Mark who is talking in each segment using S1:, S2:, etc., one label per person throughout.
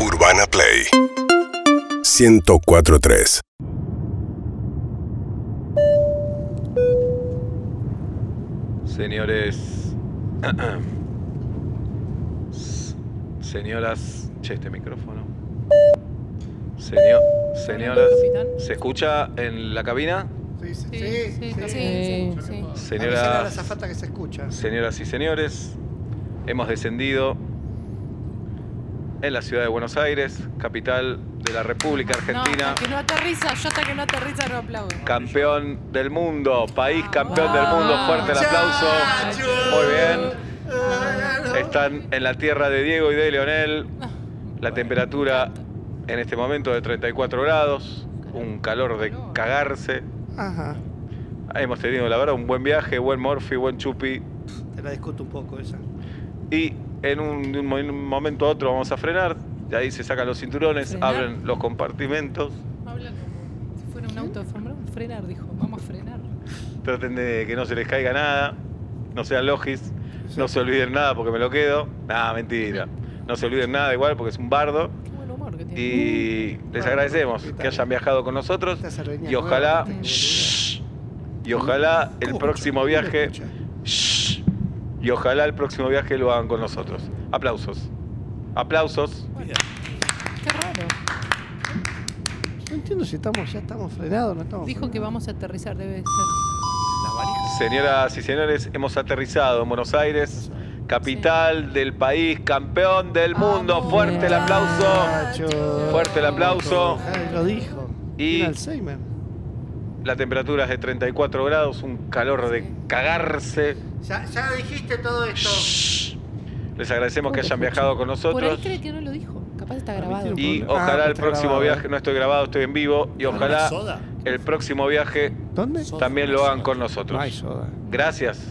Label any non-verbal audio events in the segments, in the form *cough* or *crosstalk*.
S1: Urbana Play 1043
S2: Señores. *clears throat* S- Señoras. Che, este micrófono. Señor, señoras.
S3: Capitán.
S2: ¿Se escucha en la cabina?
S4: Sí, sí,
S3: Sí, sí, sí,
S5: sí,
S3: sí.
S4: Señora. la
S2: Señoras,
S4: azafata que se escucha.
S2: señoras y señores, hemos descendido en la ciudad de Buenos Aires, capital de la República
S3: No,
S2: Argentina,
S3: hasta que no aterriza, yo hasta que no aterriza no Ah, aplaudo.
S2: campeón del mundo, país campeón del mundo, fuerte el aplauso.
S4: Muchachos.
S2: Muy bien. Están en la tierra de Diego y de Leonel. La temperatura en este momento de 34 grados. Un calor de cagarse.
S4: Ajá.
S2: Hemos tenido, la verdad, un buen viaje, buen Morphy, buen Chupi.
S4: Te la discuto un poco esa.
S2: Y en un, de un mo- en un momento a otro vamos a frenar. De ahí se sacan los cinturones,
S3: ¿Frenar?
S2: abren los compartimentos.
S3: Habla como si fuera un auto de Fórmula uno. Frenar, dijo. Vamos a frenar.
S2: Traten de que no se les caiga nada. No sean logis. No se olviden nada porque me lo quedo. Nada, mentira. No se olviden nada igual porque es un bardo.
S3: Qué buen humor que tiene.
S2: Y les agradecemos que hayan viajado con nosotros.
S4: Esta serreña
S2: Y ojalá.
S4: nueva,
S2: Shh. Y ojalá el
S4: Escucha,
S2: próximo
S4: no lo
S2: viaje.
S4: escucha.
S2: Shh. Y ojalá el próximo viaje lo hagan con nosotros. Aplausos. Aplausos.
S3: Qué raro.
S4: No entiendo si estamos, ya estamos frenados, no estamos.
S3: Dijo que vamos a aterrizar, debe ser.
S2: Señoras y señores, hemos aterrizado en Buenos Aires, capital del país, campeón del mundo.
S3: Vamos,
S2: Fuerte el aplauso.
S4: Muchachos.
S2: Fuerte el aplauso.
S4: Ay, lo dijo.
S2: Y-
S4: Tiene Alzheimer.
S2: La temperatura es de 34 grados, un calor de cagarse.
S6: Ya, ya dijiste todo esto.
S2: Shh. Les agradecemos que hayan viajado con
S3: Por ahí
S2: nosotros.
S3: cree que no lo dijo. Capaz está grabado.
S4: tiene
S2: Y
S4: Ah,
S2: ojalá el
S4: está
S2: próximo
S4: grabado.
S2: viaje, no estoy grabado, estoy en vivo, y ojalá
S7: soda?
S2: el próximo viaje
S4: ¿Dónde?
S2: también lo hagan con
S4: No hay
S2: nosotros.
S4: soda.
S2: Gracias.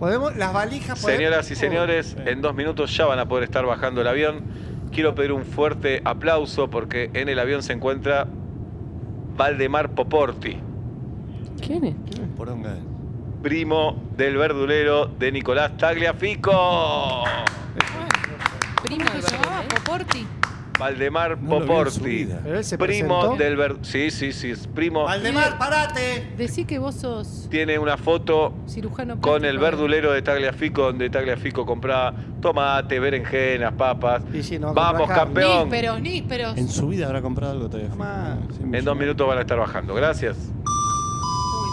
S4: ¿Podemos? Las valijas podemos-
S7: Oh.
S2: Señoras y señores, en dos minutos ya van a poder estar bajando el avión. Quiero pedir un fuerte aplauso porque en el avión se encuentra Valdemar Poporti,
S5: ¿Quién es?
S7: Poronga.
S2: primo del verdulero de Nicolás Tagliafico.
S3: Primo que llamaba Poporti.
S2: Valdemar
S7: No lo vi en su
S2: Poporti,
S7: vida.
S4: Pero él se
S2: primo
S4: presentó.
S2: del verdulero. Sí, sí, sí, es primo.
S6: Valdemar, parate.
S3: Decí que vos sos
S2: Tiene una foto
S3: cirujano
S2: con el
S3: plástico.
S2: verdulero de Tagliafico, donde Tagliafico compraba tomate, berenjenas, papas.
S4: Y sí, no va a comprar
S2: Vamos,
S4: carne.
S2: campeón.
S3: Nísperos, nísperos.
S7: En su vida habrá comprado algo todavía.
S4: Mamá.
S2: En dos minutos van a estar bajando. Gracias.
S3: Uy,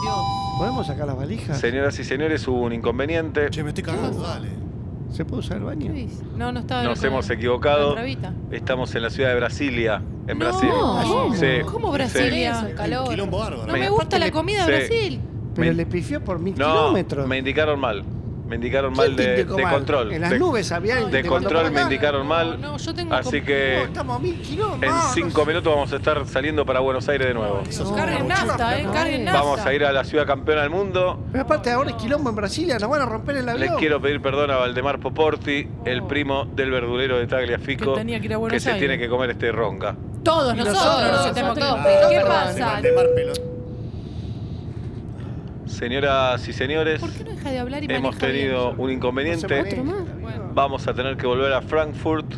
S3: Dios.
S4: ¿Podemos sacar las valijas?
S2: Señoras y señores, hubo un inconveniente.
S7: Che, me estoy cagando, dale.
S4: ¿Se puede usar el
S3: ¿Qué
S4: baño?
S3: dice? No, no estaba.
S2: Nos
S3: con
S2: hemos
S3: la-
S2: equivocado.
S3: con la trabita.
S2: Estamos en la ciudad de Brasilia, en
S3: No,
S2: Brasil.
S3: ¿cómo?
S2: Sí,
S3: ¿Cómo
S2: sí.
S3: Brasilia?
S7: Un
S3: Calor.
S7: Quilombo bárbaro.
S3: No
S2: Me-
S3: me gusta la
S4: aparte
S3: comida de
S2: le-
S3: Brasil.
S4: Pero
S2: Me-
S4: le pifió por mil
S2: No,
S4: kilómetros.
S2: me indicaron mal. Me indicaron
S4: ¿Quién
S2: mal
S4: te
S2: de,
S4: indicó
S2: de
S4: mal?
S2: control.
S4: En las
S2: De-
S4: nubes había alguien
S2: de
S4: que mandó
S2: control
S4: para
S2: me
S4: acá.
S2: indicaron mal.
S3: No, no, yo tengo
S2: Así
S3: com-
S4: No,
S2: que
S4: estamos a mil kilómetros.
S2: en
S4: no, no
S2: cinco
S4: sé.
S2: minutos vamos a estar saliendo para Buenos Aires de nuevo.
S3: No, carguen
S4: no,
S3: nafta, eh,
S4: no.
S3: carguen nafta.
S2: Vamos a ir a la ciudad campeona del mundo.
S4: Pero aparte ahora es quilombo en Brasilia, nos van a romper el avión.
S2: Les quiero pedir perdón a Valdemar Poporti, el
S3: Oh.
S2: primo del verdulero de Tagliafico,
S3: Que tenía que ir a Buenos
S2: se
S3: Aires.
S2: tiene que comer este ronca.
S3: Todos
S4: Y
S3: nosotros,
S4: nosotros,
S3: nos tenemos que
S4: nosotros.
S3: comprar. ¿Qué
S4: Perdón,
S3: pasa?
S7: Valdemar pelón.
S2: Señoras y señores,
S3: ¿Por qué no deja de hablar y
S2: hemos
S3: maneja bien?
S2: tenido un
S4: No se
S2: inconveniente.
S4: maneja el avión.
S3: Bueno.
S2: Vamos a tener que volver a Frankfurt.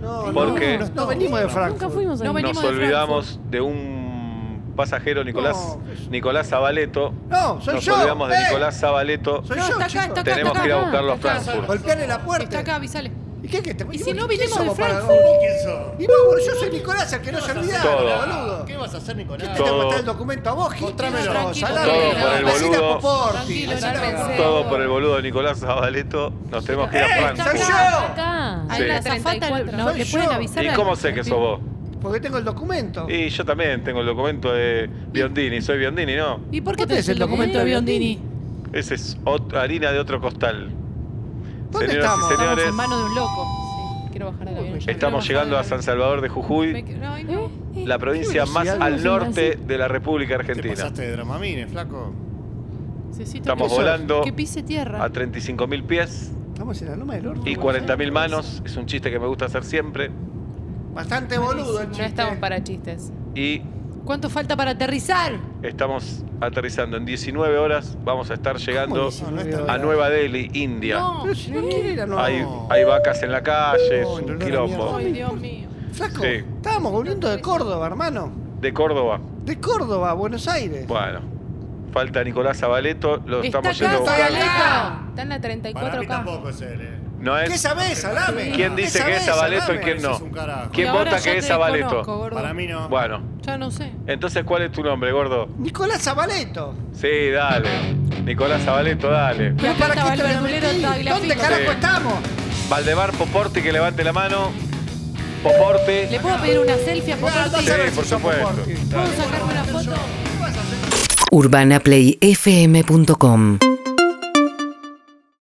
S4: No,
S2: Porque-
S4: no, no, no venimos de Frankfurt.
S5: Nunca fuimos
S3: No
S5: ahí.
S3: venimos
S2: Nos
S3: de
S2: olvidamos de un pasajero, Nicolás,
S4: No, es-
S2: Nicolás Zabaleto.
S4: No, soy
S2: Nos
S4: yo.
S2: olvidamos de
S4: eh.
S2: Nicolás Zabaleto.
S4: Soy
S3: No,
S4: yo,
S3: está acá,
S4: chicos.
S3: está acá,
S2: Tenemos
S3: está
S2: que ir a
S3: acá.
S2: buscarlo a
S3: Está acá.
S2: Frankfurt.
S4: Golpearle la puerta.
S3: Está acá, avisale.
S4: ¿Y qué, qué te-
S3: Y
S4: y
S3: si
S4: vos
S3: no
S4: quién
S3: vinimos de
S4: somos para-
S3: Frankfurt.
S7: ¿Quién sos?
S4: Y vos, yo soy Nicolás, el que no se olvidaba,
S2: Todo.
S4: boludo.
S7: ¿Qué vas a hacer, Nicolás?
S4: Te voy a
S2: Todo.
S4: mostrar el documento a vos, Gil.
S7: Mostrámelo.
S4: No,
S3: Tranquilo,
S4: salame,
S3: tranquilo. Todo por el
S4: vecina
S2: boludo.
S4: Poporti,
S3: Tranquilo,
S4: vecina
S3: cálmense.
S4: Poporti.
S2: Todo por el boludo de Nicolás Zabaleto. Nos tenemos que ir a
S3: Eh,
S4: ¡Soy
S2: Frankfurt.
S4: yo!
S5: Acá.
S3: Ahí
S2: Sí.
S3: la azafata, no,
S4: Soy
S3: le
S4: yo.
S3: pueden avisar.
S2: ¿Y
S3: al-
S2: cómo sé que sos vos?
S4: Porque tengo el documento.
S2: Y yo también tengo el documento de Biondini. Soy Biondini, ¿no?
S3: ¿Y por qué
S4: ¿Vos
S3: tenés el documento de Biondini?
S2: Ese es ot- harina de otro costal.
S4: ¿Dónde
S2: Señoras
S4: estamos?
S2: y
S3: Estamos
S2: señores,
S3: en manos de un loco. Sí, quiero bajar el avión. ya. Quiero
S2: estamos
S3: bajar
S2: llegando
S3: del
S2: a San
S3: avión.
S2: Salvador de Jujuy,
S3: Me- no, ay, no.
S5: Eh,
S2: la
S5: eh,
S2: provincia
S5: qué
S2: más
S5: velocidad,
S2: al
S5: algo así,
S2: norte de la República
S7: Te
S2: Argentina.
S7: pasaste de Dramamine, flaco.
S3: Necesito
S2: Estamos
S3: que-
S2: volando
S3: Que pise tierra.
S2: a 35.000 pies
S4: Estamos en la loma del orto.
S2: y 40.000 manos. Es un chiste que me gusta hacer siempre.
S4: Bastante boludo el
S8: No
S4: chiste.
S8: estamos para chistes.
S2: Y
S3: ¿Cuánto falta para aterrizar?
S2: Estamos aterrizando en 19 horas. Vamos a estar llegando
S4: dice?
S7: No, no es
S4: A
S7: tan
S2: a Nueva Delhi, India.
S3: No.
S4: Pero si no quiere ir a Nueva
S2: Hay,
S4: York.
S2: hay vacas en la calle,
S7: No,
S2: es
S7: no,
S2: un
S7: no,
S2: quilombo.
S3: Ay, Dios mío.
S4: Flaco,
S2: Sí.
S4: estábamos volviendo de Córdoba, hermano.
S2: De Córdoba.
S4: De Córdoba, a Buenos Aires.
S2: Bueno. Falta Nicolás Zabaleto, lo
S3: Está acá,
S2: estamos yendo a buscar.
S3: Zabaleta. Está en la
S7: Para mí
S3: 34K.
S7: tampoco es él, eh.
S2: No
S6: ¿Qué
S2: es.
S6: sabés, salame?
S2: ¿Quién
S6: ¿Qué
S2: dice que
S6: sabés,
S2: es Zabaleto y
S6: salame?
S2: quién no?
S7: Es un carajo.
S2: ¿Quién
S3: Y ahora
S2: vota
S3: ya
S2: que
S3: te
S2: es Zabaleta?
S3: desconozco, gordo.
S7: Para mí no.
S2: Bueno,
S3: Ya no sé.
S2: entonces, ¿cuál es tu nombre, gordo?
S4: Nicolás Zabaleto.
S2: Sí, dale. Nicolás Zabaleto, dale.
S3: Y acá
S4: ¿Para
S3: estaba
S4: qué
S3: el
S4: te lo
S3: verdulero
S4: metí?
S3: Tagliafico.
S4: ¿Dónde carajo
S2: Sí.
S4: estamos?
S2: Valdemar Poporti, que levante la mano. Poporti.
S3: ¿Le puedo pedir una selfie a Poporti?
S2: Sí, por supuesto.
S3: ¿Puedo sacarme una foto?
S1: urbanaplayfm.com